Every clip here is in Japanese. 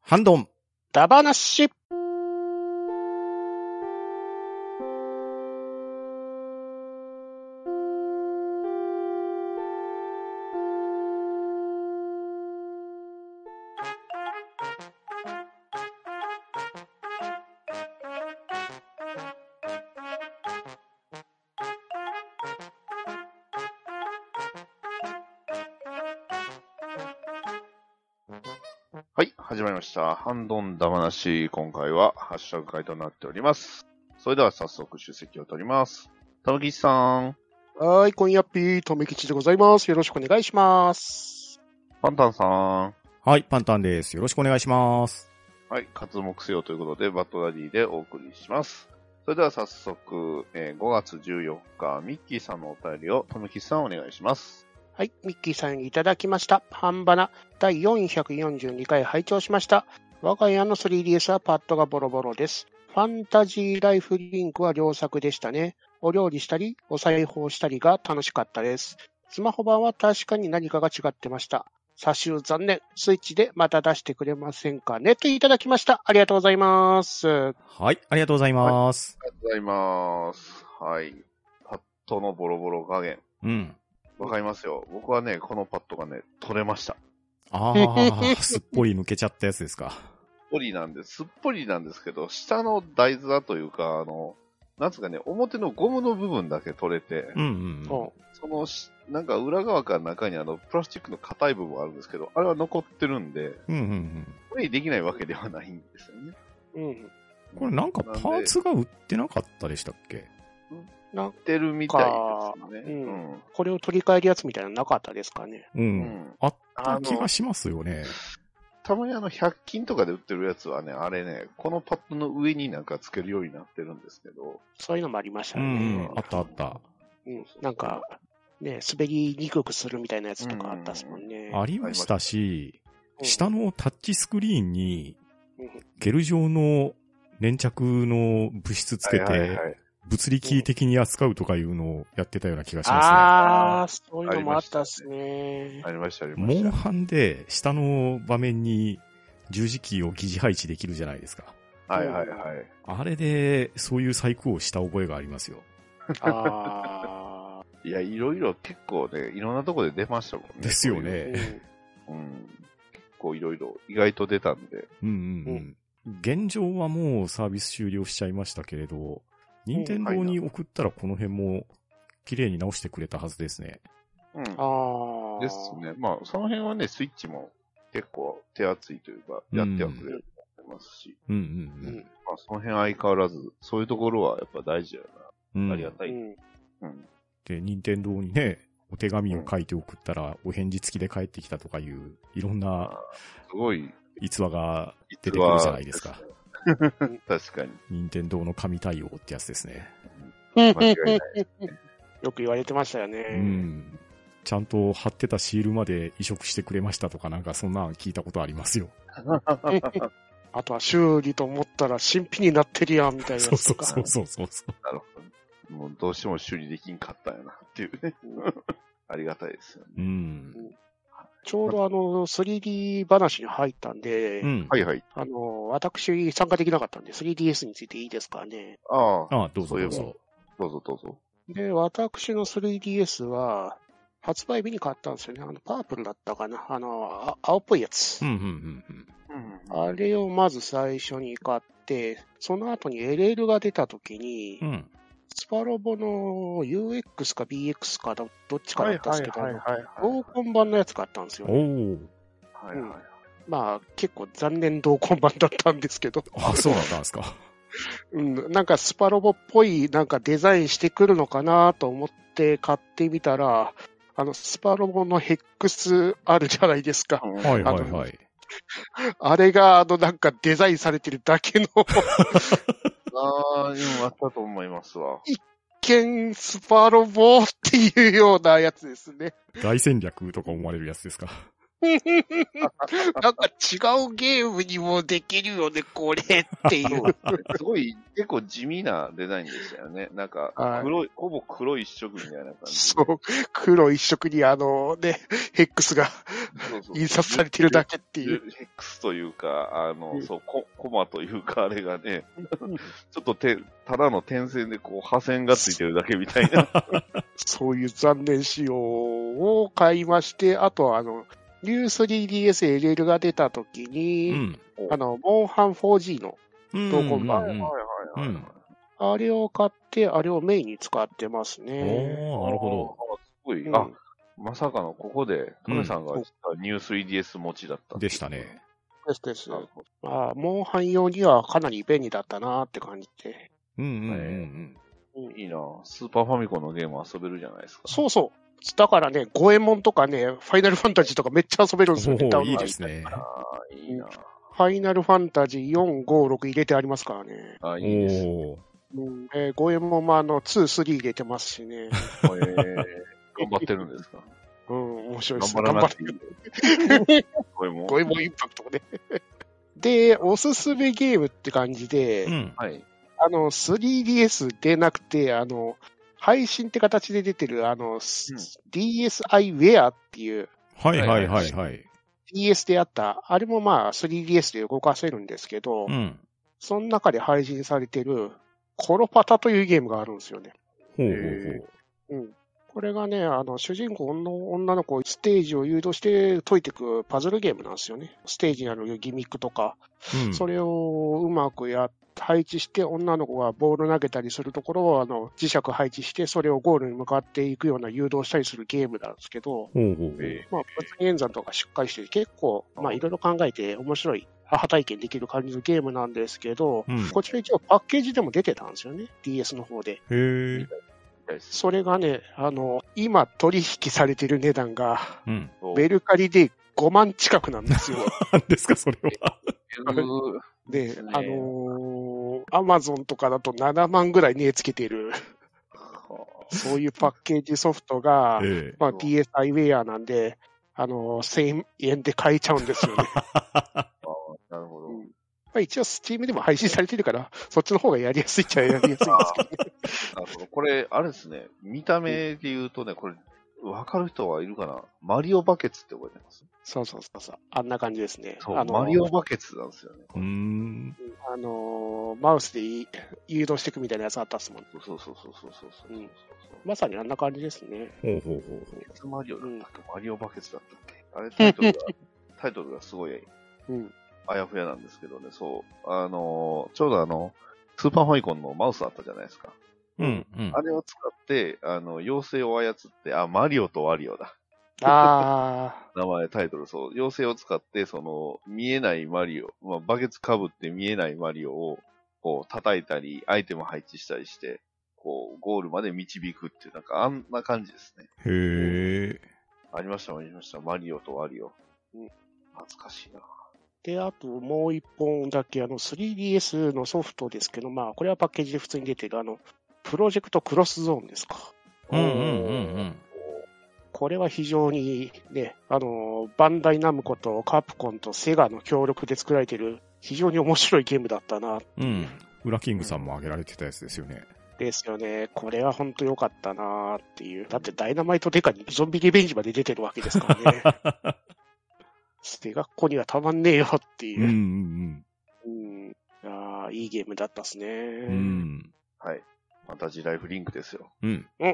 ハンドン。ダバナッシュはい、始まりました。ハンドンダマなし、今回はハッシュタグ会となっております。それでは早速出席を取ります。玉木さん、はーい、今夜ピー、とめきちでございます。よろしくお願いします。パンタンさん、はい、パンタンです。よろしくお願いします。はい、活目せよということで、バッドダディでお送りします。それでは早速、えー5月14日、ミッキーさんのお便りを、玉木さんお願いします。はい、ミッキーさんにいただきました。ハンバナ第442回拝聴しました。我が家の 3DS はパッドがボロボロです。ファンタジーライフリンクは良作でしたね。お料理したり、お裁縫したりが楽しかったです。スマホ版は確かに何かが違ってました。差し残念。スイッチでまた出してくれませんかねといただきました。ありがとうございます。はい、ありがとうございます。ありがとうございます。はい、パッドのボロボロ加減。うん。わかりますよ。僕はね、このパッドがね、取れました。あー、すっぽり抜けちゃったやつですか。すっぽりなんです。すっぽりなんですけど、下の台座というか、あの、なんつうかね、表のゴムの部分だけ取れて、うんうん。おそのし、なんか裏側から中にあの、プラスチックの硬い部分があるんですけど、あれは残ってるんで、うんうんうん。プレイできないわけではないんですよね。うん。これなんかパーツが売ってなかったでしたっけな売ってるみたいですうね。んこれを取り替えるやつみたいなのなかったですかね。う。うん。うんん。あった気がしますよね。たまにあの、100均とかで売ってるやつはね、あれね、このパッドの上になんかつけるようになってるんですけど、そういうのもありましたうよんねうん。。あったあった。うん。なんか、ね、滑りにくくするみたいなやつとかあったっすもんね。ありましたし、うん下のタッチスクリーンにうん、ゲル状の粘着の物質つけはいはいては、い物理キー的に扱うとかいうのをやってたような気がしますね。ああ、そういうのもあったっすね。ありました、ありましモンた。ハンで下の場面に十字キーを疑似配置できるじゃないですか。はいはいはい。あれで、そういう細工をした覚えがありますよ。ああ。いや、いろいろ結構ね、いろんなとこで出ましたもんね。ですよねそういううんの。うん。結構いろいろ、意外と出たんで。うんうんうん。現状はもうサービス終了しちゃいましたけれど、任天堂に送ったらこの辺も綺麗に直してくれたはずですね。うん。ああ。です。ね。まあ、その辺はね、スイッチも結構手厚いというか、うんやってはくれると思いますし、うんううんん。まあ、その辺相変わらず、そういうところはやっぱ大事だようん。な。ありがたうい。うん。ん。で、任天堂にね、お手紙を書いて送ったら、お返事付きで帰ってきたとかいう、いろんなすごい、逸話が出てく実はるじゃないですか。。 確かに。任天堂の神対応ってやつですね。間違いない。よく言われてましたよね。うん。ちゃんと貼ってたシールまで移植してくれましたとかなんかそんなん聞いたことありますよ。あとは修理と思ったら新品になってるやんみたいなそうやつそとうか。そうそうそう。なるほど。もうどうしても修理できんかったんやなっていうね。 ありがたいですよね。うん。ちょうどあの、3D 話に入ったんで、うん。はいはい。あの、私、参加できなかったんで、3DS についていいですかね。ああ、ああ、どうぞどうそういぞ。どうぞどうぞ。で、私の 3DS は、発売日に買ったんですよね。あの、パープルだったかな。あの、あ青っぽいやつうん。うんうんうん。うん。あれをまず最初に買って、その後に LL が出た時に、うん。スパロボの UX か BX かどどっちかだったんですけど、はいはいはいはい同梱版のやつ買ったんですよ、ね。おお。はいはい。まあ、結構残念同梱版だったんですけど。あ、そうだったんですか。うん、なんかスパロボっぽいなんかデザインしてくるのかなと思って買ってみたら、あの、スパロボのヘックスあるじゃないですか。うんはいはいはい。あれが、あの、なんかデザインされてるだけのああ、うん、あったと思いますわ。剣スパロボっていうようなやつですね。 大戦略とか思われるやつですか。なんか違うゲームにもできるよね、これっていそうう。すごい、結構地味なデザインでしたよね。なんかは、い黒い、ほぼ黒一色みたいな感じ。そう。黒一色にあのね、ヘックスがそうそう印刷されてるだけってヘいう。ックスというか、あうの、んそう、ココマというか、あれがね、 ちょっとて、ただの点線でこう、破線がついてるだけみたいな。そういう残念仕様を買いまして、あとあの、ニュース 3DSLL が出た時うに、ん。あの、モンハン 4G の、うん。どこがうんうんはいはいはいはい。あれを買って、あれをメインに使ってますね。おー、なるほあ。すごい。うんあ、まさかのここで、トメさんがうんニュース EDS 持ちだった。ど。でしたね。。ですですな。るほどまあ、モンハン用にはかなり便利だったなって感じで。うんうんうんうん。いいなスーパーファミコンのゲーム遊べるじゃないですか。そうそう。だからね、五右衛門とかね、ファイナルファンタジーとかめっちゃ遊べるんですよ、ね。おダおウンロいーいドですね。あーいいなファイナルファンタジー4、5、6入れてありますからね。あ、いいです。おー。うんえー、五右衛門もあの、2、3入れてますしね。えー頑張ってるんですかうん、面白いで頑す。張らなくっていい。て。これも。五右衛門インパクトもね。 で、おすすめゲームって感じで、うん。はい。あの、3DS 出なくて、あの、配信って形で出てる、あの、DSi Wear っていう、はいはいはいはい。 DS であった、あれもまあ 3DS で動かせるんですけど、うん。その中で配信されてる、コロパタというゲームがあるんですよね。ほうほえううん。これがね、あの、主人公の女の子をステージを誘導して解いていくパズルゲームなんですよね。ステージにあるギミックとか、ほう。うん。それをうまくやっ配置して、女の子がボール投げたりするところをあの磁石配置して、それをゴールに向かっていくような誘導したりするゲームなんですけど、ほうほうほう。えまあ、物理演算とかしっかりして、結構、まあ、いろいろ考えて面白い母体験できる感じのゲームなんですけど、うん。こちら一応パッケージでも出てたんですよね、DS の方で。へえ。ーですそれがね、あの、今取引されてる値段が、うん。メルカリで5万近くなんですよ。なんですか、それは。うんでです、ねあのアマゾンとかだと7万ぐらい値つけて る、そういうパッケージソフトが、ええ。まあ、DSI ウェアなんで、あの1000円で買えちゃうん ですよね。なるほど。まあ一応、スチームでも配信されてるから、そっちの方がやりやすいっちゃやりやすいんですけどね。なるほど。これ、あれですね。見た目で言うとね、これ、わかる人はいるかなマリオバケツって覚えてます そうそうそうそう。あんな感じですね。そう、あのマリオバケツなんですよね。うーん。あのマウスでい誘導していくみたいなやつあったっすもん。そうそうそうそうそうそうそうそう。うんまさにあんな感じですね。ほうほうほうほう。いつマリオだったっけ、マリオバケツだったっけあれタイトルが、 タイトルがすごいうん。あやふやなんですけどね、そう。あのーちょうどあの、スーパーファイコンのマウスあったじゃないですか。うん。うんあ。れを使って、あの、妖精を操って、あ、マリオとワリオだ。あ名前、タイトル、そう。妖精を使って、その、見えないマリオ、まあ、バケツ被って見えないマリオを、こう、叩いたり、アイテム配置したりして、こう、ゴールまで導くっていう、なんか、あんな感じですね。へえ。ありました、ありました。マリオとワリオ。うん懐かしいな。ー。で、あともう一本だけ、あの、3DS のソフトですけど、まあ、これはパッケージで普通に出てる、あの、プロジェクトクロスゾーンですか。うんうんうんうん。これは非常にね、あの、バンダイナムコとカプコンとセガの協力で作られてる、非常に面白いゲームだったな、うん。ウラキングさんも挙げられてたやつですよね。ですよね。これは本当良かったなっていう。だってダイナマイトデカにゾンビリベンジまで出てるわけですから ね。セガっ子にはたまんねえよってうんういう。んうん。ああ、いいゲームだったっすね。うん。うん。はい。ファンタジーライフリンクですよ。うん。う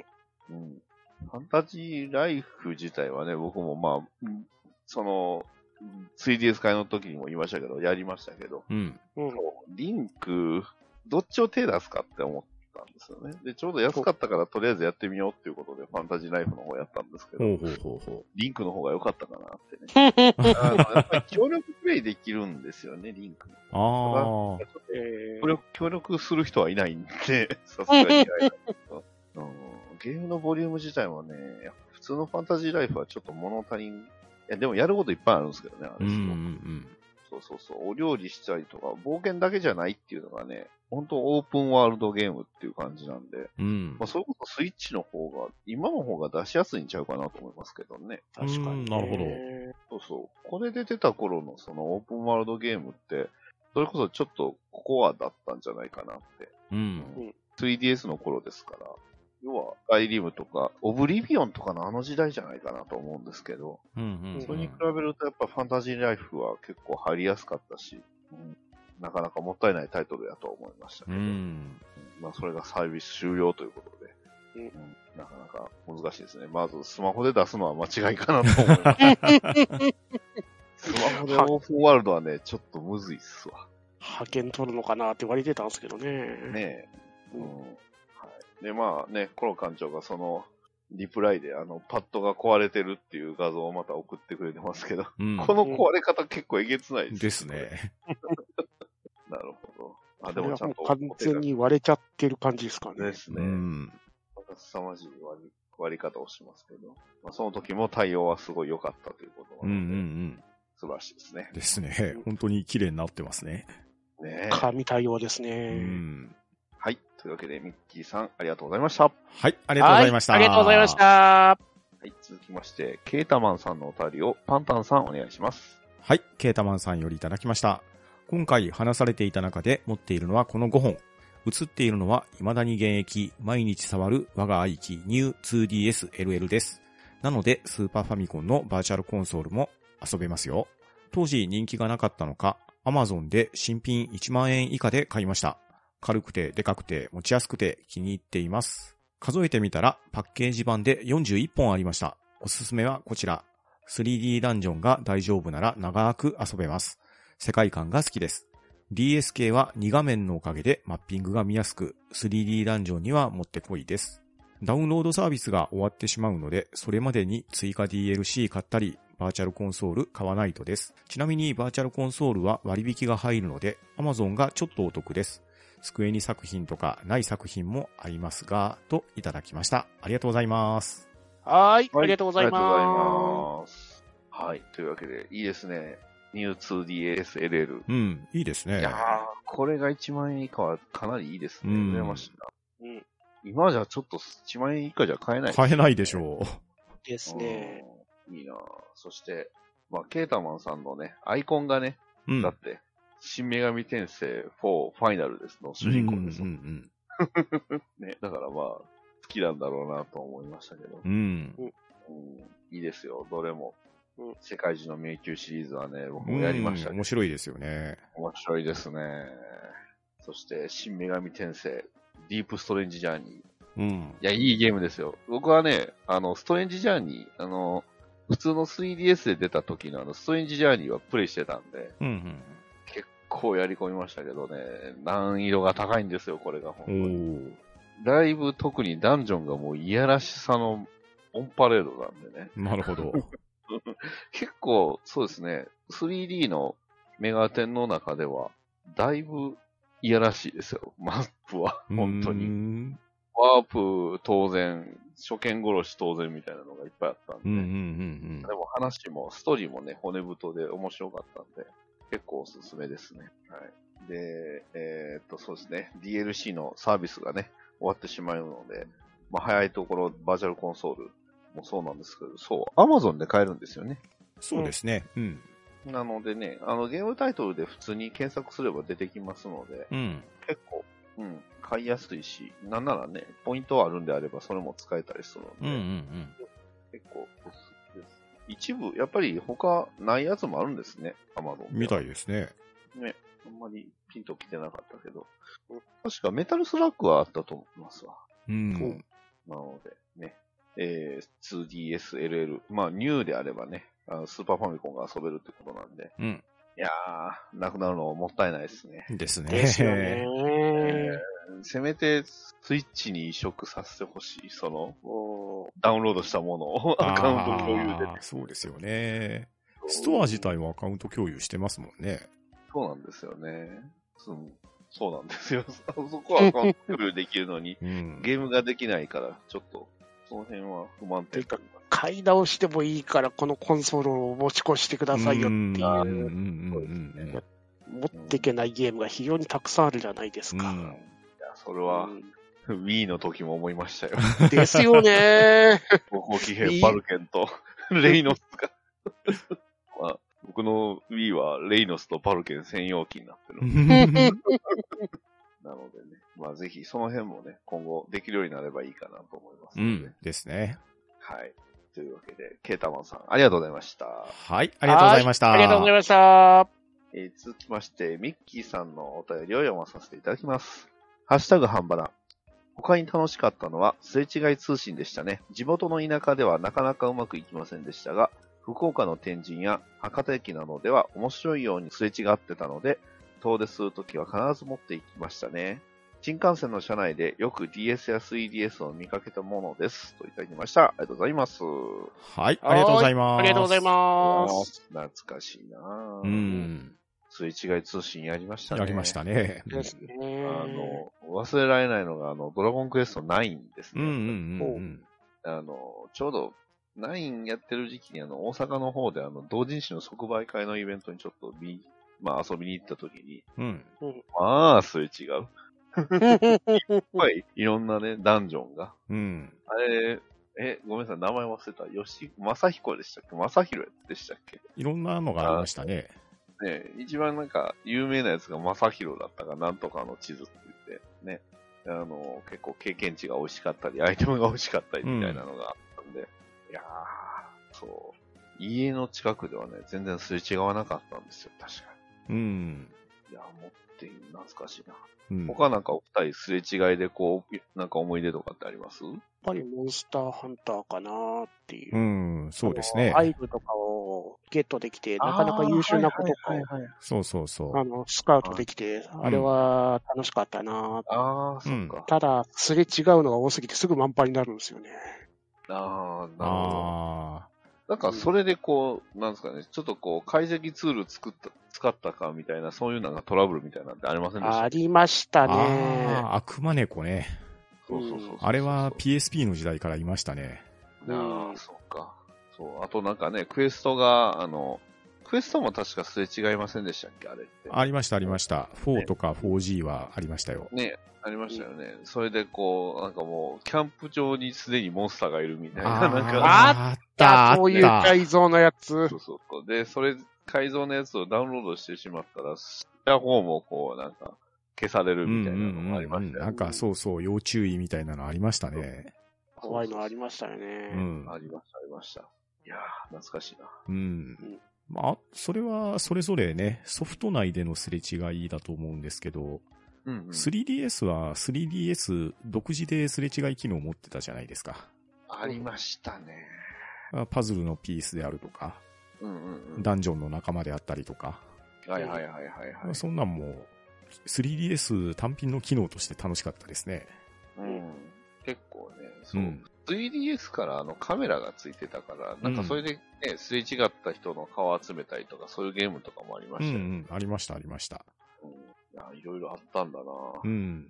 ん。ファンタジーライフ自体はね、僕もまあ、うんその、うん 3DS 会の時にも言いましたけど、やりましたけど、うん。うん。リンク、どっちを手出すかって思ったんですよね。で、ちょうど安かったからとりあえずやってみようっていうことで、ファンタジーライフの方やったんですけど、ほうほうほうほリンクの方が良かったかなってね。あのやっぱり協力プレイできるんですよね、リンク。う。ああ。え協ー力協力する人はいないんで、さすがに会えないけど、うんゲームのボリューム自体はね、普通のファンタジーライフはちょっと物足りん。いや、でもやることいっぱいあるんですけどね、あうれんうすんごくうん。そうそうそう。お料理したりとか、冒険だけじゃないっていうのがね、本当オープンワールドゲームっていう感じなんで、うんまあ、。それこそスイッチの方が、今の方が出しやすいんちゃうかなと思いますけどね。確かうんに、なるほどそうそう。これで出た頃のそのオープンワールドゲームって、それこそちょっとコアだったんじゃないかなって。うん。 3DS の頃ですから。要は、ガイリムとか、オブリビオンとかのあの時代じゃないかなと思うんですけど、うんうんうんそれに比べるとやっぱファンタジーライフは結構入りやすかったし、うんなかなかもったいないタイトルやと思いましたけうど、ん。まあそれがサービス終了ということで、ううんんなかなか難しいですね。まずスマホで出すのは間違いかなと思い ます。スマホでオープンワールドはね、ちょっとむずいっすわ。派遣取るのかなって言われてたんですけどね。ねえ。うんうんはい、で、まあね、コロ館長がその、リプライであの、パッドが壊れてるっていう画像をまた送ってくれてますけど、うん。この壊れ方結構えげつないでですすね。ね。なるほど。あ、ででももちゃんと。完全に割れちゃってる感じですかねで。すうね。ん。また凄まじい割り割り方をしますけど、まあ、その時も対応はすごい良かったということうんうなので、ん素晴らしいですねうん。。ですね。本当に綺麗になってますね。ねえ神対応ですうね。ん。はい。というわけで、ミッキーさん、ありがとうございました。ははい、あありがとうございました。ありがとうございまし。た。い。続きまして、ケータマンさんのお便りをパンタンさんお願いします。はい、ケータマンさんよりいただきました。今回話されていた中で持っているのはこの5本。映っているのは未だに現役、毎日触る我が愛機 New 2DSLL です。なので、スーパーファミコンのバーチャルコンソールも遊べますよ。当時人気がなかったのか、Amazon で新品1万円以下で買いました。軽くてでかくて持ちやすくて気に入っています。数えてみたらパッケージ版で41本ありました。おすすめはこちら。3D ダンジョンが大丈夫なら長く遊べます。世界観が好きです。DS 系は2画面のおかげでマッピングが見やすく、3D ダンジョンにはもってこいです。ダウンロードサービスが終わってしまうので、それまでに追加 DLC 買ったり、バーチャルコンソール買わないとです。ちなみにバーチャルコンソールは割引が入るので、Amazon がちょっとお得です。机に作品とかない作品もありますが、といただきました。ありがとうございます。はい、ありがとうございありがとうまございます。はい。というわけで、いいですね。ニュー 2DSLL。うん、いいですね。いやー、これが1万円以下はかなりいいですね。うん羨ましいな。す。うん今じゃちょっと1万円以下じゃ買えない。買えないでしょですね。うんいいなぁそして、まあ、ケータマンさんのね、アイコンがね、う。うんだって、新女神転生4ファイナルですの主人公ですうもんんね。だからまあ、好きなんだろうなと思いましたけどうんう、ん。うんいいですよ、どれもうん。世界中の迷宮シリーズはね、僕うん。もやりましうんたけど面、白いですよね。面白いですね。そして、新女神転生、ディープストレンジジャーニー。うん。いや、いいゲームですよ。僕はね、あの、ストレンジジャーニー、あの、普通の 3DS で出た時のあの、ストレンジジャーニーはプレイしてたんで、うん結構やり込みましたけどね、難易度が高いんですよ、これが本う当に。ん。だいぶ特にダンジョンがもういやらしさのオンパレードなんでね。おお。なるほ ど。結構、そうですね、3D のメガテンの中では、だいぶいやらしいですよ、マップは。本当に。に。ワープ当然、初見殺し当然みたいなのがいっぱいあったんで。うんうんうんでも話も、ストーリーもね、骨太で面白かったんで、結構おすすめですね。はい。で、えーっと、そうですね、DLC のサービスがね、終わってしまうので、まあ、早いところ、バーチャルコンソールもそうなんですけど、そう、Amazon で買えるんですよね。うん。そうですね。うん。なのでね、あの、ゲームタイトルで普通に検索すれば出てきますので、うん。結構、うん、買いやすいし、なんならね、ポイントあるんであれば、それも使えたりするのうんうんで、うん。結構おすすめです。一部、やっぱり他ないやつもあるんですね、アマゾン。みたいですね。ね。あんまりピンと来てなかったけど。確かメタルスラックはあったと思いますわ。うん。なので、ね。えー、2DSLL。まあ、ニューであればね、あのスーパーファミコンが遊べるってことなんで。うん。いやー、なくなるのもったいないですね。ですね。ですよ えね。ーせめて、スイッチに移植させてほしい、その、もうダウンロードしたものをあーアカウント共有で。そうですよね。ストア自体はアカウント共有してますもんね。そうなんですよね。うん、そうなんですよ。 そそこはアカウント共有できるのに、うん。ゲームができないから、ちょっと、その辺は不満点があります。買い直してもいいから、このコンソールを持ち越してくださいようっていんうんう、うんうんうん持っていけないゲームが非常にたくさんあるじゃないですうか。んやそれはう、ん Wii の時も思いまし たよ。ですよね。ご機嫌バルケンとレイノスが、 まあ。僕の Wii はレイノスとバルケン専用機に なってるんで。なのでね、まあぜひその辺もね、今後できるようになればいいかなと思いますうので、ん。ですね。はい。というわけで、ケータマンさん、ありがとうございました。はい。ありがとうございました。ありがとうございまました。えー続きまして、ミッキーさんのお便りを読まさせていただきます。ハッシュタグ半ばな。他に楽しかったのは、すれ違い通信でしたね。地元の田舎ではなかなかうまくいきませんでしたが、福岡の天神や博多駅などでは面白いようにすれ違ってたので、遠出するときは必ず持っていきましたね。新幹線の車内でよく DS や 3DS を見かけたものです。といただきました。ありがとうございます。す。はい。ありがとうございます。ありがとうございます。懐かしいなぁ。うん。すれ違い通信やりましたね。やりましたね。ですね。あの、忘れられないのが、あの、ドラゴンクエスト9ですうね。んうんうんあの、ちょうど、9やってる時期に、あの、大阪の方で、あの、同人誌の即売会のイベントにちょっと見、まあ、遊びに行った時に、うん。うん。まあ、すれ違う。やっぱり、いろんなね、ダンジョンが。うん。あれ、え、ごめんなさい、名前忘れた。吉、正彦でしたっけ正弘でしたっけいろんなのがありましたね。ね、一番なんか有名なやつが正宏だったかなんとかの地図って言って、ね、あの、結構経験値が美味しかったり、アイテムが美味しかったりみたいなのがあったんで、いやー、そう、家の近くではね、全然すれ違わなかったんですよ、確かうん。に。いやー、持っていい、懐かしいな。うん他なんかお二人すれ違いでこう、なんか思い出とかってありますやっぱりモンスターハンターかなっていうう。ん、そうですねア。イブとかをゲットできて、なかなか優秀な子とかあーをはいはいはいはいそうそうそあう。の、スカウトできて、あれは楽しかったなあー、そっか。ただ、すれ違うのが多すぎてすぐ満杯になるんですよね。あー、なるほど。あなんか、それでこう、なんですかね、ちょっとこう、解析ツール作った、使ったかみたいな、そういうなんかトラブルみたいなんてありませんでしたありましたあ。ね。ああ、悪魔猫ね。そうそうそうそう。あれは PSP の時代からいましたね。ああ、そうか。そう。あとなんかね、クエストが、あの、クエストも確かすれ違いませんでしたっけあれって。ありました、ありました。4とか 4G はありましたよ。ね、ありましたよね。それでこう、なんかもう、キャンプ場にすでにモンスターがいるみたいな、なんか、あーあった、あそういうった。改造のやつそ。うそうそう。で、それ、改造のやつをダウンロードしてしまったら、スター4もこう、なんか、消されるみたいなのもありましたよね。なんかそうそう、要注意みたいなのありましたね。怖いのありましたよねう。ん。ありました、ありました。いやー、懐かしいな。うん。まあ、それはそれぞれね、ソフト内でのすれ違いだと思うんですけど、うん、うん。 3DS は 3DS 独自ですれ違い機能を持ってたじゃないですか。ありましたね。あパズルのピースであるとか、うんうんうん。ダンジョンの仲間であったりとか、はいはいはいはいはい。そんなんも 3DS 単品の機能として楽しかったですね。うん。結構ね、そう。うん 3DS からあのカメラがついてたから、なんかそれでね、すれ違った人の顔集めたりとか、そういうゲームとかもありまうんしうたよね。ん、ありました、ありました。うんいやいろいろあったんだな、うん。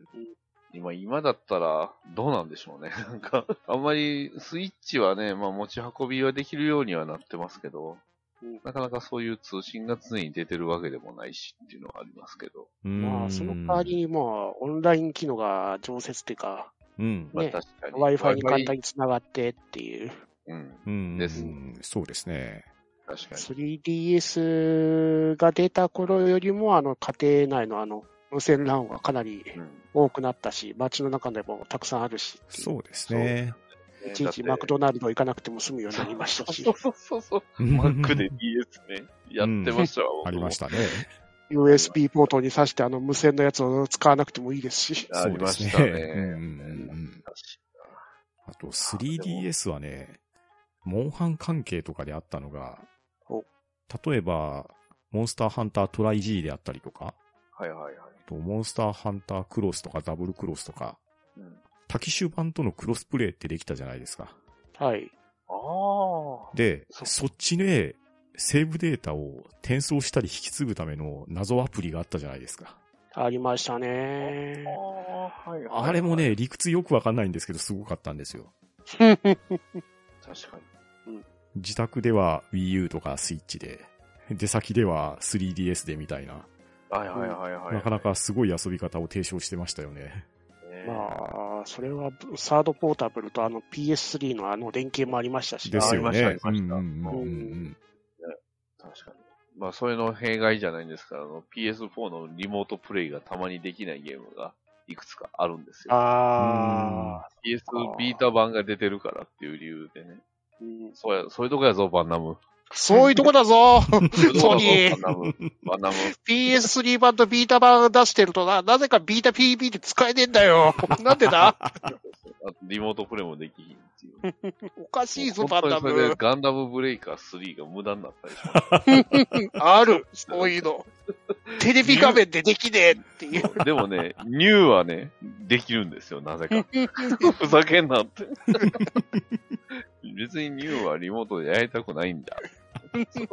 今、今だったらどうなんでしょうね。 なんか、あんまりスイッチはね、まあ持ち運びはできるようにはなってますけど、うんなかなかそういう通信が常に出てるわけでもないしっていうのはありますけど。うんまあ、その代わりに、まあ、オンライン機能が常設っていうか、うん。まあね確かに。 Wi-Fi に簡単につながってっていう。うん、うん。ですそうですね。確かに。 3DS が出た頃よりも、あの、家庭内のあの、無線 LAN はかなりうん多くなったし、街の中でもたくさんあるし、そうですね。いちいちマクドドナルド行かなくても済むようになりましたし そ、うそうそうそう。マックで DS ね。やってましたわ、僕 もありまし。たね。 USB ポートに挿してあの無線のやつを使わなくてもいいですし、ありましたそうね。ですうんうんうんあと 3DS はね、モンハン関係とかであったのがお、例えば、モンスターハンタートライ G であったりとか、はいはいはい。あとモンスターハンタークロスとかダブルクロスとか、うん多機種版とのクロスプレイってできたじゃないですか。はい。ああ。で、そそっかっちね、セーブデータを転送したり引き継ぐための謎アプリがあったじゃないですか。ありました ね。ああ、はいはい。あれもね、理屈よくわかんないんですけど、すごかったんですよ。うん確かに。うん自宅では Wii U とか Switch で、出先では 3DS でみたいな、はいはいはいはい。なかなかすごい遊び方を提唱してましたよね。ねまあ、それはサードポータブルとあの PS3 のあの連携もありましたし、ですよあねり。ましたありましたうんうんうんうん確かに。まあ、それの弊害じゃないんですから、あの PS4 のリモートプレイがたまにできないゲームがいくつかあるんですよ。ああ、 PS ビータ版が出てるからっていう理由でね。うんそうや、そういうとこやぞ、バンナム。そういうとこだぞ そういうとこソニやーぞバンナム。バンナム。 !PS3 版とビータ版出してるとな、なぜかビータ PB で使えねえんだよ なんで だあとリモートプレイもできひんっていう。おかしいぞ、バ本当ンにダそれでム。ガンダムブレイカー3が無駄になったりしまある、そういうの。テレビ画面でできねえっていう。 す。でもね、ニューはね、できるんですよ、なぜ か。ふざけんなって。別にニューはリモートでやりたくないんだ。やっぱ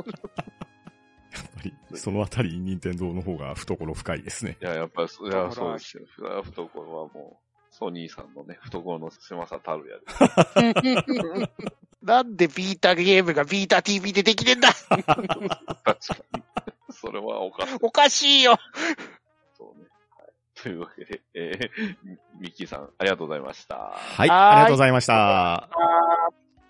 りそのあたり、任天堂の方が懐深いですね。いや、やっぱり、そいや、懐そうですよ。懐はもう、ソニーさんのね、懐の狭さたるやで。 なんでビータゲームがビータ TV でできねえんだ確かに。それはおかしい。おかしいよそうね。はい。というわけで、えー、ミッキーさん、ありがとうございました。はい、はーいありがとうございました。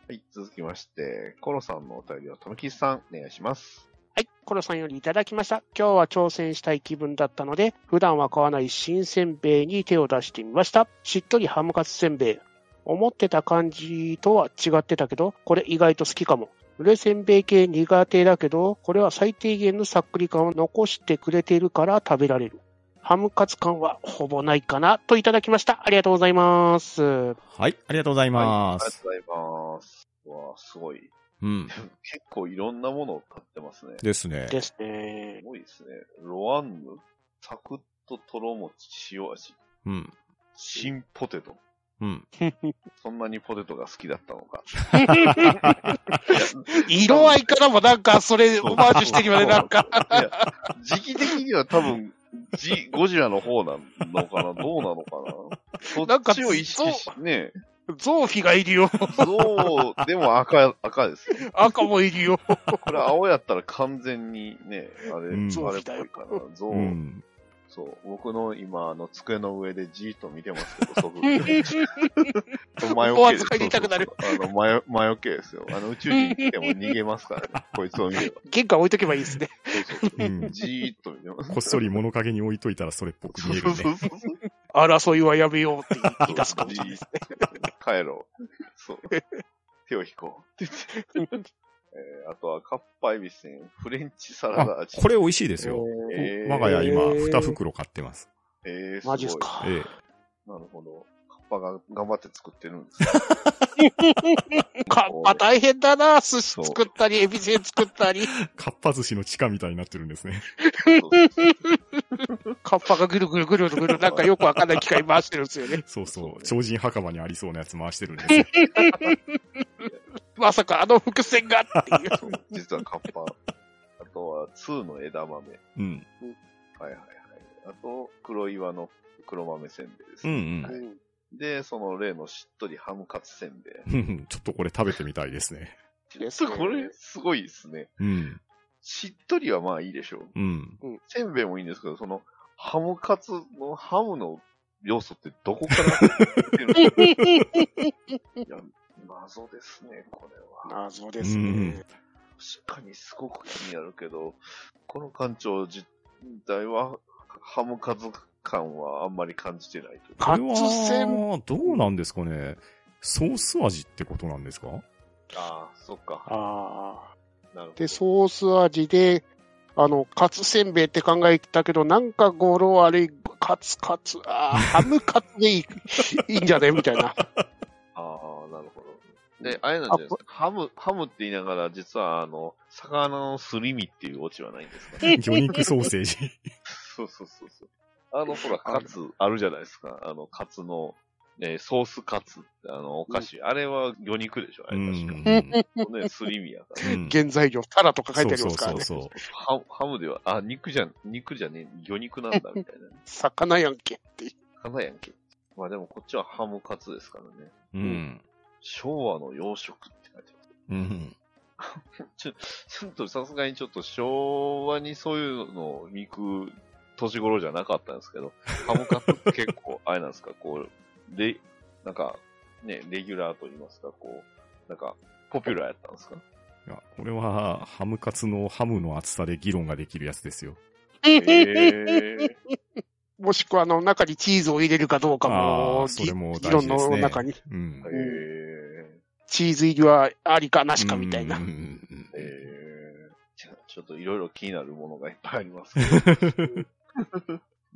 はい、続きまして、コロさんのお便りを、とめきさん、お願いします。はい、コロさんよりいただきました。今日は挑戦したい気分だったので、普段は買わない新せんべいに手を出してみました。しっとりハムカツせんべい。思ってた感じとは違ってたけど、これ意外と好きかも。ぬれせんべい系苦手だけど、これは最低限のさっくり感を残してくれているから食べられる。ハムカツ感はほぼないかなといただきました。ありがとうございます。はい、ありがとうございまはいす。ありがとうございます。うわあすごい。うん。結構いろんなものを買ってますね。ですね。ですねす。ごいですね。ロアンヌ、サクッととろもち塩味、うん。新ポテト。うん。そんなにポテトが好きだったのか。色合いからもなんかそれオマージュしてるよね、なんか。 いや、時期的には多分、ジ、ゴジラの方なのかなどうなのかな そなんかっちを意識し、ね、ゾーフィがいるよ。ゾウでも赤、赤ですよ。赤もいるよ。これ青やったら完全にね、あれ、うんあれっぽいから、ゾウ、うん。そう、僕の今、あの、机の上でじーっと見てますけ ど、そこ。魔除けお預かり痛くなるそうそうそうあの、魔よ魔除けですよ。あの、宇宙人来ても逃げますからね。こいつを見れば。玄関置いとけばいいですね。そうそう そううんじーっと見てます。こっそり物陰に置いといたらそれっぽくそう見えそうるそね。 うそう。争いはやめようって言い出すかもしれないですね。帰ろう。そう。手を引こう。えーあとは、カッパエビセン、フレンチサラダあ、味。これ美味しいですよ。えー我が家今、えー2袋買ってます。えー、すごいマジっす。か。ええ。なるほど。カッパが頑張って作ってるんですねカッパ大変だな。寿司作ったり、エビせん作ったり。かっぱ寿司の地下みたいになってるんですね。そう カッパがぐるぐるぐるぐる、なんかよくわかんない機械回してるんですよね。そうそうそねう。超人墓場にありそうなやつ回してるんですよ。まさかあの伏線がっていう。そう実はカッパ。あとは、2の枝豆。はい うん。はいはい。あと、黒岩の黒豆せんべいですうね、んうんで、その例のしっとりハムカツせんべい。うん。 ちょっとこれ食べてみたいですね。ですねこれ、すごいですね。うん。しっとりはまあいいでしょう。うん。せんべいもいいんですけど、その、ハムカツのハムの要素ってどこから 出てるのいや、謎ですね、これは。謎です ね。確かにすごく気になるけど、この館長自体は、ハムカツ感はあんまり感じてないというカツせんこれはどうなんですかね。ソース味ってことなんです かああ、そっか。ああ。なるほど。で、ソース味で、あの、カツせんべいって考えてたけど、なんか語呂悪い、カツカツ、ああ、ハムカツでいいいいんじゃねみたいな。ああ、なるほど。で、あれなんじゃないですか。ハム、ハムって言いながら、実は、あの、魚のすり身っていうオチはないんですかね。魚肉 ソーセージ。そうそうそうそう。あの、ほら、カツ、あるじゃないですか。あの、カツの、えーソースカツって、あの、お菓子。あれは魚肉でしょあうれん確か。ね、すり身やから。うん原材料、タラとか書いてありそまうすからそねう。そう。ハハムでは、あ、肉じゃん、肉じゃねえ、魚肉なんだ、みたいな。 魚やんけっていう。花やんけ。まあでも、こっちはハムカツですからね。うん。昭和の洋食って書いてある。うん。ちょっとさすがにちょっと昭和にそういうのを見く年頃じゃなかったんですけど、ハムカツって結構、あれなんですか、こう、で、なんか、ね、レギュラーと言いますか、こう、なんか、ポピュラーやったんですかいや、これは、ハムカツのハムの厚さで議論ができるやつですよ。えー、もしくは、あの、中にチーズを入れるかどうかあも、ーそれも議大事です論ねの中に、うん。えチーズ入りはありかなしかみたいなうん。うんー、えー、ちょちょっといろいろ気になるものがいっぱいありますけど、 うん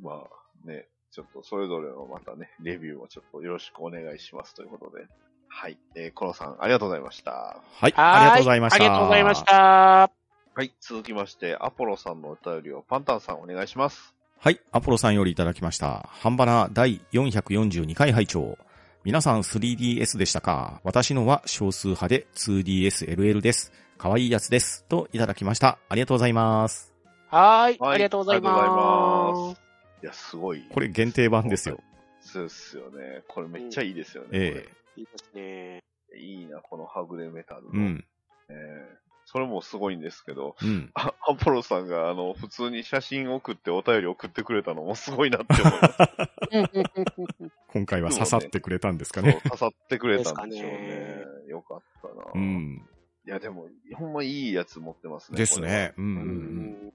まあね、ちょっとそれぞれのまたね、レビューもちょっとよろしくお願いしますということで。はい。えー、コロさん、ありがとうございました。はい、はーありがとうございました。ありがとうございまし。た。はい。続きまして、アポロさんのお便りをパンタンさんお願いします。はい、アポロさんよりいただきました。ハンバナ第442回拝聴皆さん 3DS でしたか私のは少数派で 2DSLL です。可愛いやつです。といただきました。ありがとうございます。はーい。はいありがとうございありがとうございま。ますいや、すごい。これ限定版ですよ。そうですよね。これめっちゃいいですよね。えいいですね。これいいな、このはぐれメタルの。え。うん。えーそれもすごいんですけど、うん。あアポロさんが、あの、普通に写真送ってお便り送ってくれたのもすごいなって 思います。今回は刺さってくれたんですかそうね。刺さってくれたんでしょうでね。よかったな。うん。いや、でも、ほんまいいやつ持ってますね。ですね。うん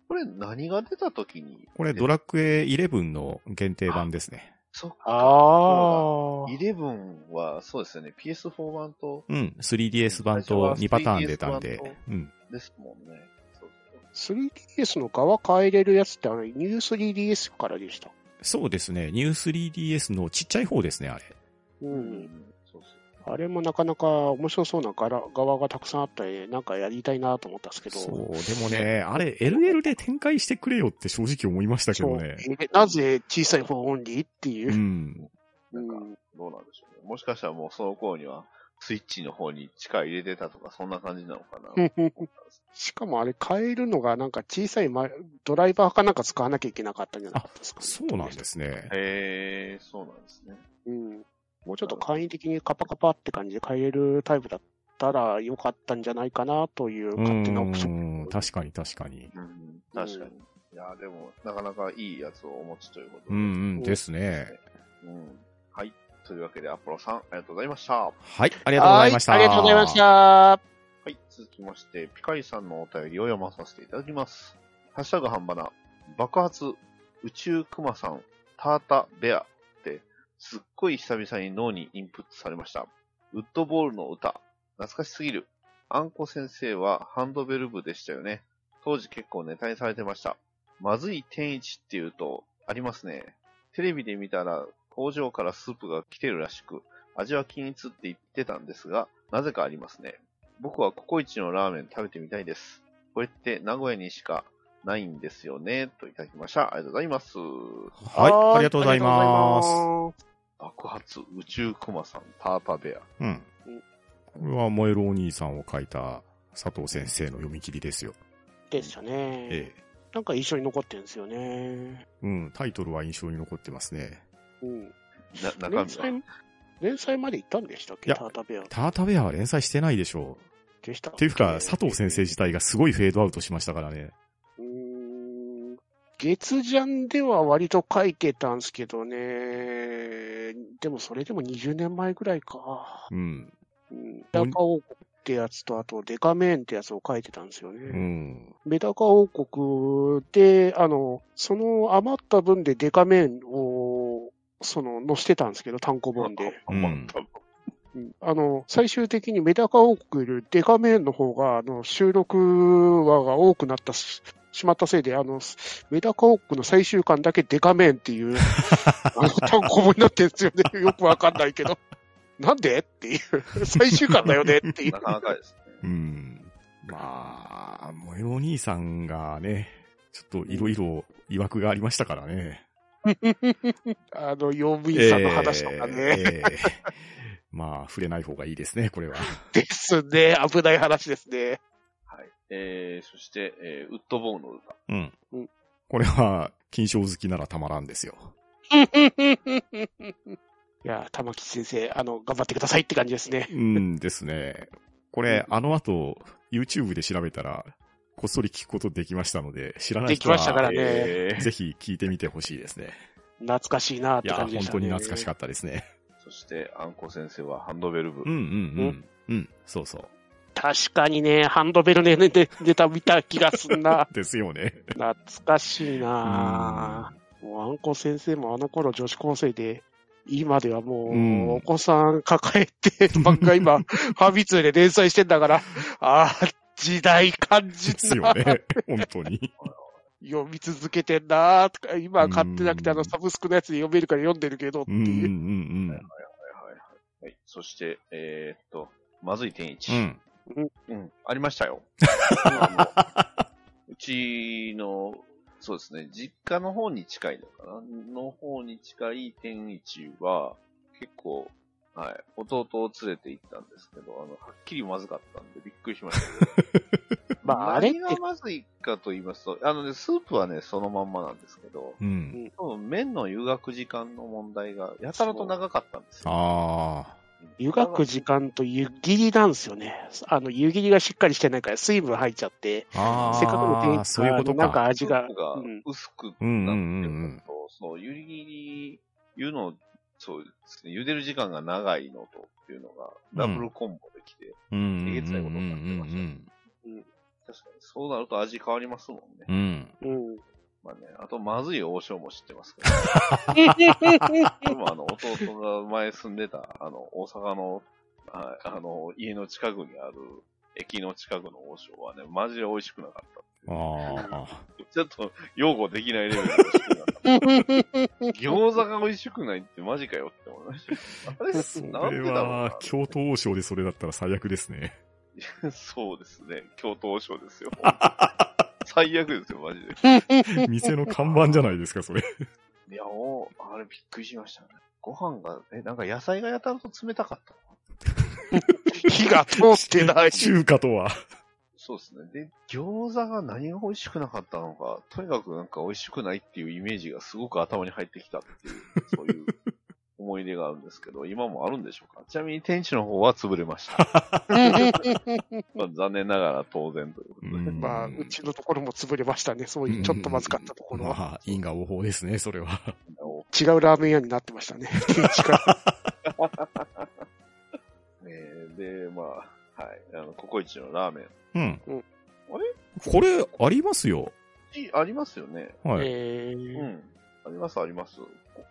こうんれは。ううんん。これ何が出た時にこれドラクエ11の限定版ですね。そっあか。あ。 11は、そうですよね。PS4 版とうん。3DS 版最初とは2パターン出たん 3DS で版。うん。ですもんね。そうそう 3DS の側変えれるやつってあの、ニュー 3DS からでした。そうですね。ニュー 3DS のちっちゃい方ですね、あれ。う。うんん。そうそう。あれもなかなか面白そうな柄側がたくさんあったんで、なんかやりたいなと思ったんですけど。そう、でもね、あれ、LL で展開してくれよって正直思いましたけそどうね。えなぜ小さい方オンリーっていうう。ん。なんかうんどうなんでしょうね。もしかしたらもうその頃には、スイッチの方に力入れてたとか、そんな感じなのかな。しか もあれ変えるのがなんか小さいまドライバーかなんか使わなきゃいけなかったんじゃなかったですか、そうなんで。すね。 へえ、そうなんですね。うん。もうちょっと簡易的にカパカパって感じで変えれるタイプだったらよかったんじゃないかなというう勝手なオプション。ーん、確かに確かに。うん。確かに。いや、でも、なかなかいいやつをお持ちということで。うんうん、ですね。うん。はい。というわけで、アポロさん、ありがとうございました。はい、ありがとうございました。はありがとうございまし。た。はい、続きまして、ピカイさんのお便りを読まさせていただきます。ハッシュタグ半ばな、爆発、宇宙クマさん、タータベアって、すっごい久々に脳にインプットされました。ウッドボールの歌、懐かしすぎる。あんこ先生はハンドベル部でしたよね。当時結構ネタにされてました。まずい天一っていうと、ありますね。テレビで見たら、工場からスープが来てるらしく、味は均一って言ってたんですが、なぜかありますね。僕はココイチのラーメン食べてみたいです。これって名古屋にしかないんですよね、といただきました。ありがとうございます。はい、ありがとうございまありがとす。うございます爆発宇宙クマさん、タータベア。うん。これは燃えるお兄さんを書いた佐藤先生の読み切りですよ。ですよね。ええ。なんか一緒に残ってるんですよね。うん、タイトルは印象に残ってますね。うん。な、中連身は。載、連載まで行ったんでしたっいけやタータベア。タータベアは連載してないでしょう。でしたっっけていうか、佐藤先生自体がすごいフェードアウトしましたからね。うーん月ジャンでは割と書いてたんですけどね。でもそれでも20年前ぐらいか。うん。うん。メダカ王国ってやつと、あとデカメーンってやつを書いてたんですよね。うん。メダカ王国で、あの、その余った分でデカメーンを、その、載せてたんですけど、単行本で。うんまたうんあの、最終的にメダカ王国よりデカメーンの方が、あの、収録話が多くなったし、しまったせいで、あの、メダカ王国の最終巻だけデカメーンっ ていう、あの、単行本になってるんですよね。よくわかんないけど。なんでっていう。最終巻だよねっていうな。かなかですうね。ん。まあ、萌えお兄さんがね、ちょっといろいろ疑惑がありましたからね。あの、用務員さんの話とかね。ええええまあ、触れない方がいいですね、これは。ですね。危ない話ですね。はい。 えー、そして、えー、ウッドボーンの歌。うんうん。これは、金賞好きならたまらんですよ。いや、玉木先生、あの、頑張ってくださいって感じですね。うんですね。これ、あの後、YouTube で調べたら、こっそり聞くことできましたので、知らない人できましたからは、ねえぜひ聞いてみてほしいですね。懐かしいなっいてや、感じ本でした当ね。に懐かしかったですね。ーそして、あんこ先生はハンドベル部。うんうんうん。うん、そうそう。確かにね、ハンドベルね、ねでネタ見た気がす んな。ですよね。懐かしいなもうあんこ先生もあの頃女子高生で、今ではもうんう、お子さん抱えて、ばっか 今、ファビ通で連載してんだから、ああ、時代感じですなよ。 ね。本当に。読み続けてんなとか、今は買ってなくて、うあんのサブスクのやつで読めるから読んでるけどってうんうんいう。はいはいはい。はい、そして、えーっと、まずい天一。うんうん。うん。うん、ありました よ。あのうちの、そうですね、実家の方に近いのかなの方に近い天一は、結構、はい、弟を連れて行ったんですけど、あの、はっきりまずかったんでびっくりしましたけど 。まああれって何がまずいかと言いますと、あのね、スープはね、そのまんまなんですけど、うん。多分麺の湯がく時間の問題が、やたらと長かったんですよ。ああ。湯がく時間と湯切りなんですよね。あの、湯切りがしっかりしてないから水分入っちゃって、ああ。せっかくの天気そういうことなんかか。味がスープ、がうん薄くなってうるんうんのと、その、ゆりぎり、湯の、そうですね、茹でる時間が長いのとっていうのが、ダブルコンボできて、うんうんうんえげつないことになってましたね確かにそうなると味変わりますもんね。うんうん。うん。まあね、あと、まずい王将も知ってますけど、でもあの、弟が前住んでた、あの、大阪の、はいあの、家の近くにある、駅の近くの王将はね、マジで美味しくなかった。ああ。ちょっと、擁護できないレベルで美味しくなかった。餃子が美味しくないってマジかよって思いました。あれそれなんでだろう は、京都王将でそれだったら最悪ですね。なそうですね。京都王将 ですよ。最悪ですよ、マジで。店の看板じゃないですか、そ れ。いや、もう、あれびっくりしましたね。ご飯が、え、なんか野菜がやたらと冷たかった。 火が通ってない。中華とは。そうですね。で、餃子が何が美味しくなかったのか、とにかくなんか美味しくないっていうイメージがすごく頭に入ってきたっていう、そういう 思い出があるんですけど、今もあるんでしょうか。ちなみに天地の方は潰れました。 まあ、残念ながら当然ということで。 うん まあ、うちのところも潰れましたね。そういうちょっとまずかったところは。まあ、因果応報ですね、それは。あの違うラーメン屋になってましたね。 えーで、まあ、はい。あの、ココイチのラーメン。うん。うんあれこれ、ありますよ。いありますよね。はい。えうーん。あります、あります。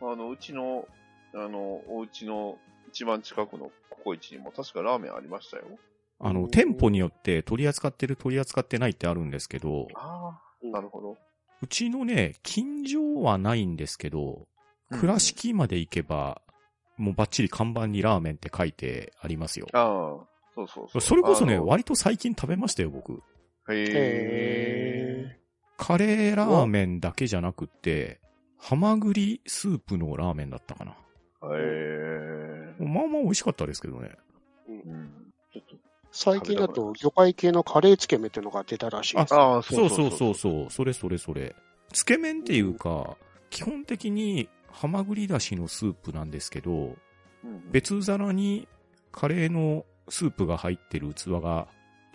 あの、うちの、あの、お家の一番近くのココイチにも確かラーメンありましたよ。あの、店舗によって取り扱ってる、取り扱ってないってあるんですけど、ああ、うんなるほど。うちのね、近所はないんですけど、倉敷まで行けば、もうバッチリ看板にラーメンって書いてありますよ。ああ、そうそうそう。それこそね、あの割と最近食べましたよ、僕。へえ。カレーラーメンだけじゃなくて、ハマグリスープのラーメンだったかな。へえ。まあまあ美味しかったですけどね。うんちょっと最近だと魚介系のカレーつけ麺っていうのが出たらしいです。ああ、そうそうそうそう、それそれそれ。つけ麺っていうか、基本的にハマグリだしのスープなんですけど、うん別皿にカレーのスープが入ってる器が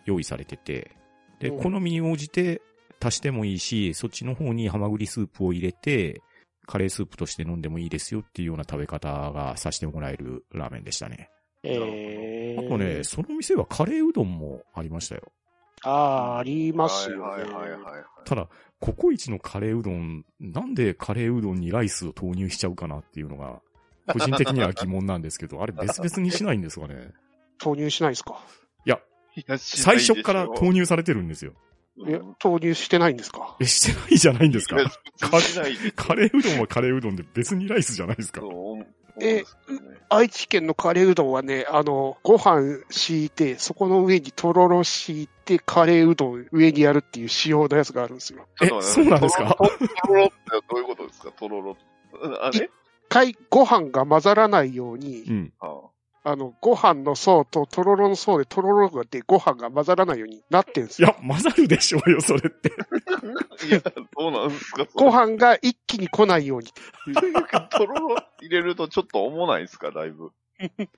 用意されてて、で、うん好みに応じて足してもいいし、そっちの方にハマグリスープを入れて、カレースープとして飲んでもいいですよっていうような食べ方がさせてもらえるラーメンでしたね。えあーとね、その店はカレーうどんもありましたよ。ああ、ありますよね。はいはいはいはいはい。ただ、ココイチのカレーうどん、なんでカレーうどんにライスを投入しちゃうかなっていうのが、個人的には疑問なんですけど、あれ別々にしないんですか ね。投入しないですか、いや最初から投入。入されてるんですよ。いいや、投入してないんですかえ、してないじゃないんですかや。しないですカレーうどんはカレーうどんで別にライスじゃないですかそう。思うんえですけどね愛知県のカレーうどんはね、あの、ご飯敷いて、そこの上にとろろ敷いて、カレーうどん上にやるっていう仕様のやつがあるんですよ。えちょっそうと待ってなんですかとろろとろろってどういうことですかとろろ。あれ一回、ご飯が混ざらないように、うん。あああの、ご飯の層ととろろの層でとろろがでご飯が混ざらないようになってるんですいよ。や、混ざるでしょうよ、それって。いや、どうなんですかご 飯が一気に来ないように。とろろ入れるとちょっと重ないですかだいぶ。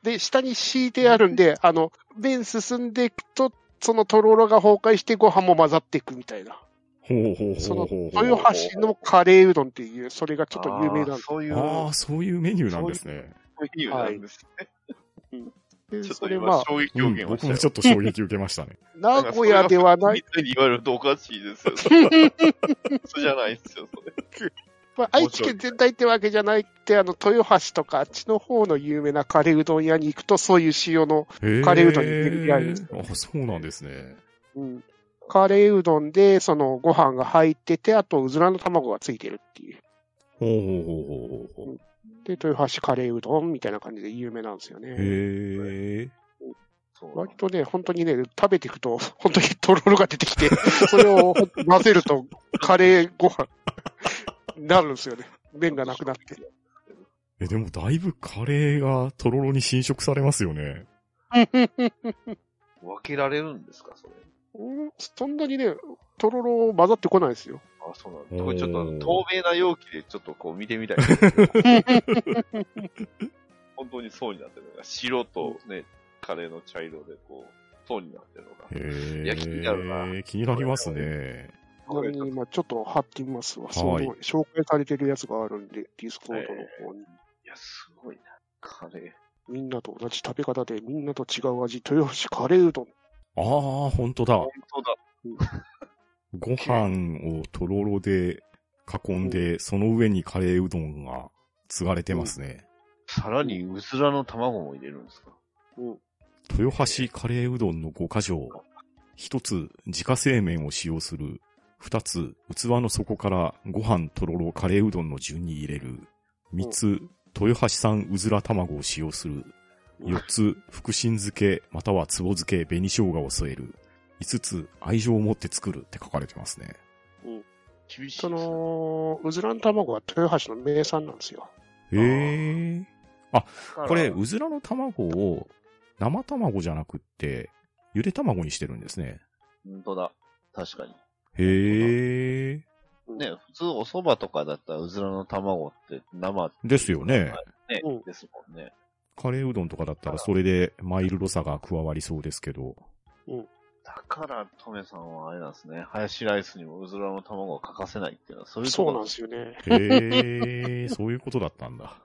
で、下に敷いてあるんで、あの、便進んでいくと、そのとろろが崩壊してご飯も混ざっていくみたいな。ほうほうそほうの、ほうそういう豊橋のカレーうどんっていう、それがちょっと有名なあーんですそういう、ああ、そういうメニューなんですね。そういう意味なんですね。で。ちょっそとれま今あ、、衝撃うをん受けまし僕たもよちょっと衝撃受けましたね。名古屋ではない、みたいに言われるとおかしいです よ。それじゃないですよ、それ。まあ、愛知県全体ってわけじゃないって、あの、豊橋とかあっちの方の有名なカレーうどん屋に行くと、そういう仕様の、へえカレーうどんに巡り合えるんですあ、そうなんですね。うん、カレーうどんで、その、ご飯が入ってて、あと、うずらの卵がついてるっていう。ほうほうほうほうほう。で、豊橋カレーうどんみたいな感じで有名なんですよね。へえ。そうなん割ですとね、本当にね、食べていくと、本当にとろろが出てき て、それを混ぜると、カレーご飯 になるんですよね。麺がなくなって。え、でもだいぶカレーがとろろに侵食されますよね。分けられるんですか、それ。うんそんなにね、とろろ混ざってこないですよ。あ、そうなんおーだ。これちょっと透明な容器でちょっとこう見てみ たい。本当に層になってるのが、白とね、カレーの茶色でこう、層になってるのが。へえ。いや気になるな気になりますね。ちなみに今ちょっと貼ってみますわ。いその紹介されてるやつがあるんで、ディスコードの方に。いや、すごいな。カレみんなと同じ食べ方で、みんなと違う味、豊橋カレーうどん。ああ、ほんとー。だ本。当だ。ご飯をとろろで囲んで、その上にカレーうどんが継がれてますね。さらに、うずらの卵も入れるんですかうん、豊橋カレーうどんの5箇条。1つ、自家製麺を使用する。2つ、器の底からご飯とろろカレーうどんの順に入れる。3つ、豊橋産うずら卵を使用する。4つ、福神漬け、または壺漬け、紅生姜を添える。5つ、愛情を持って作るって書かれてますね。厳しいそですね。の、うずらの卵は豊橋の名産なんですよ。へえ。これ、だからうずらの卵を生卵じゃなくって、ゆで卵にしてるんですね。本当だ。確かに。へえ。ね、普通お蕎麦とかだったらうずらの卵って生ってですよね。ね、うんですもんね。カレーうどんとかだったらそれでマイルドさが加わりそうですけど。だから、トメさんはあれなんですね。ハヤシライスにもうずらの卵が欠かせないっていうのは、そういうとそこうなんでですすよへね。え、そういうことだったんだ。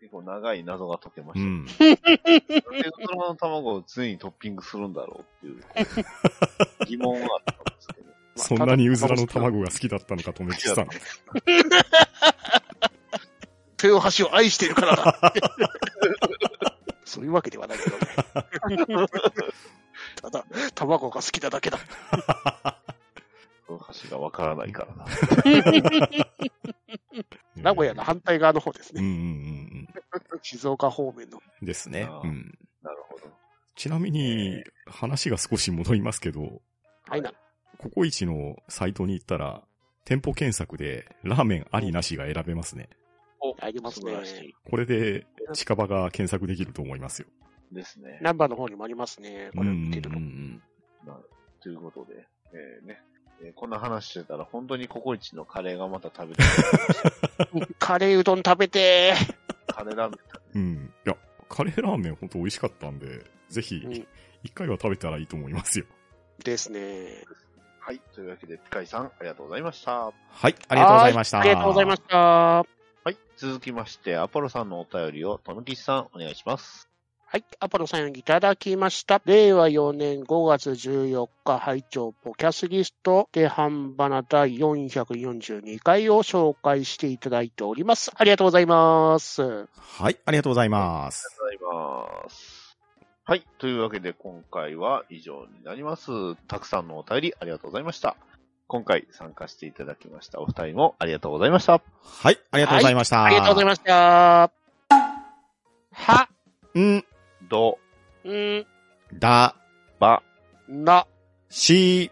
結構長い謎が解けまうした。ん。なんでうずらの卵を常にトッピングするんだろうってい うこう疑問があったんですけど。そんなにうずらの卵が好きだったのか、とめきさん。豊橋を愛してるからだ。そういうわけではないけどね。ただ、卵が好きなだけだ。橋がわからないからな。名古屋の反対側の方ですうんねう。んうん静岡方面の。うん。ですね。うん。なるほど。ちなみに、話が少し戻りますけど、はいな。ココイチのサイトに行ったら、店舗検索でラーメンありなしが選べますね。ありますね素晴らしいこれで近場が検索できると思いますよ。ですね。ナンバーの方にもありますね。これ見てるうんとう。んということで、えーね。えーこんな話してたら、本当にココイチのカレーがまた食べたい。カレーうどん食べてカレーラーメン食うん。うん。いや、カレーラーメン本当美味しかったんで、ぜひうん、一回は食べたらいいと思いますよ。ーですね。べはい。というわけで、ピカイさん、ありがとうございました。はい、あありがとうございました。ありがとうございました。はい。続きまして、アポロさんのお便りを、とむきさん、お願いします。はい、アポロさんよりいただきました。令和4年5月14日、拝聴ポキャスリストで半ばな第442回を紹介していただいております。ありがとうございます。はい、ありがとうございます。ありがとうございます。はい。というわけで、今回は以上になります。たくさんのお便り、ありがとうございました。今回参加していただきましたお二人もありがとうございました。はい、ありがとうございました。ありがとうございまました。は、す。ん、ど、ん、だ、ば、な、し、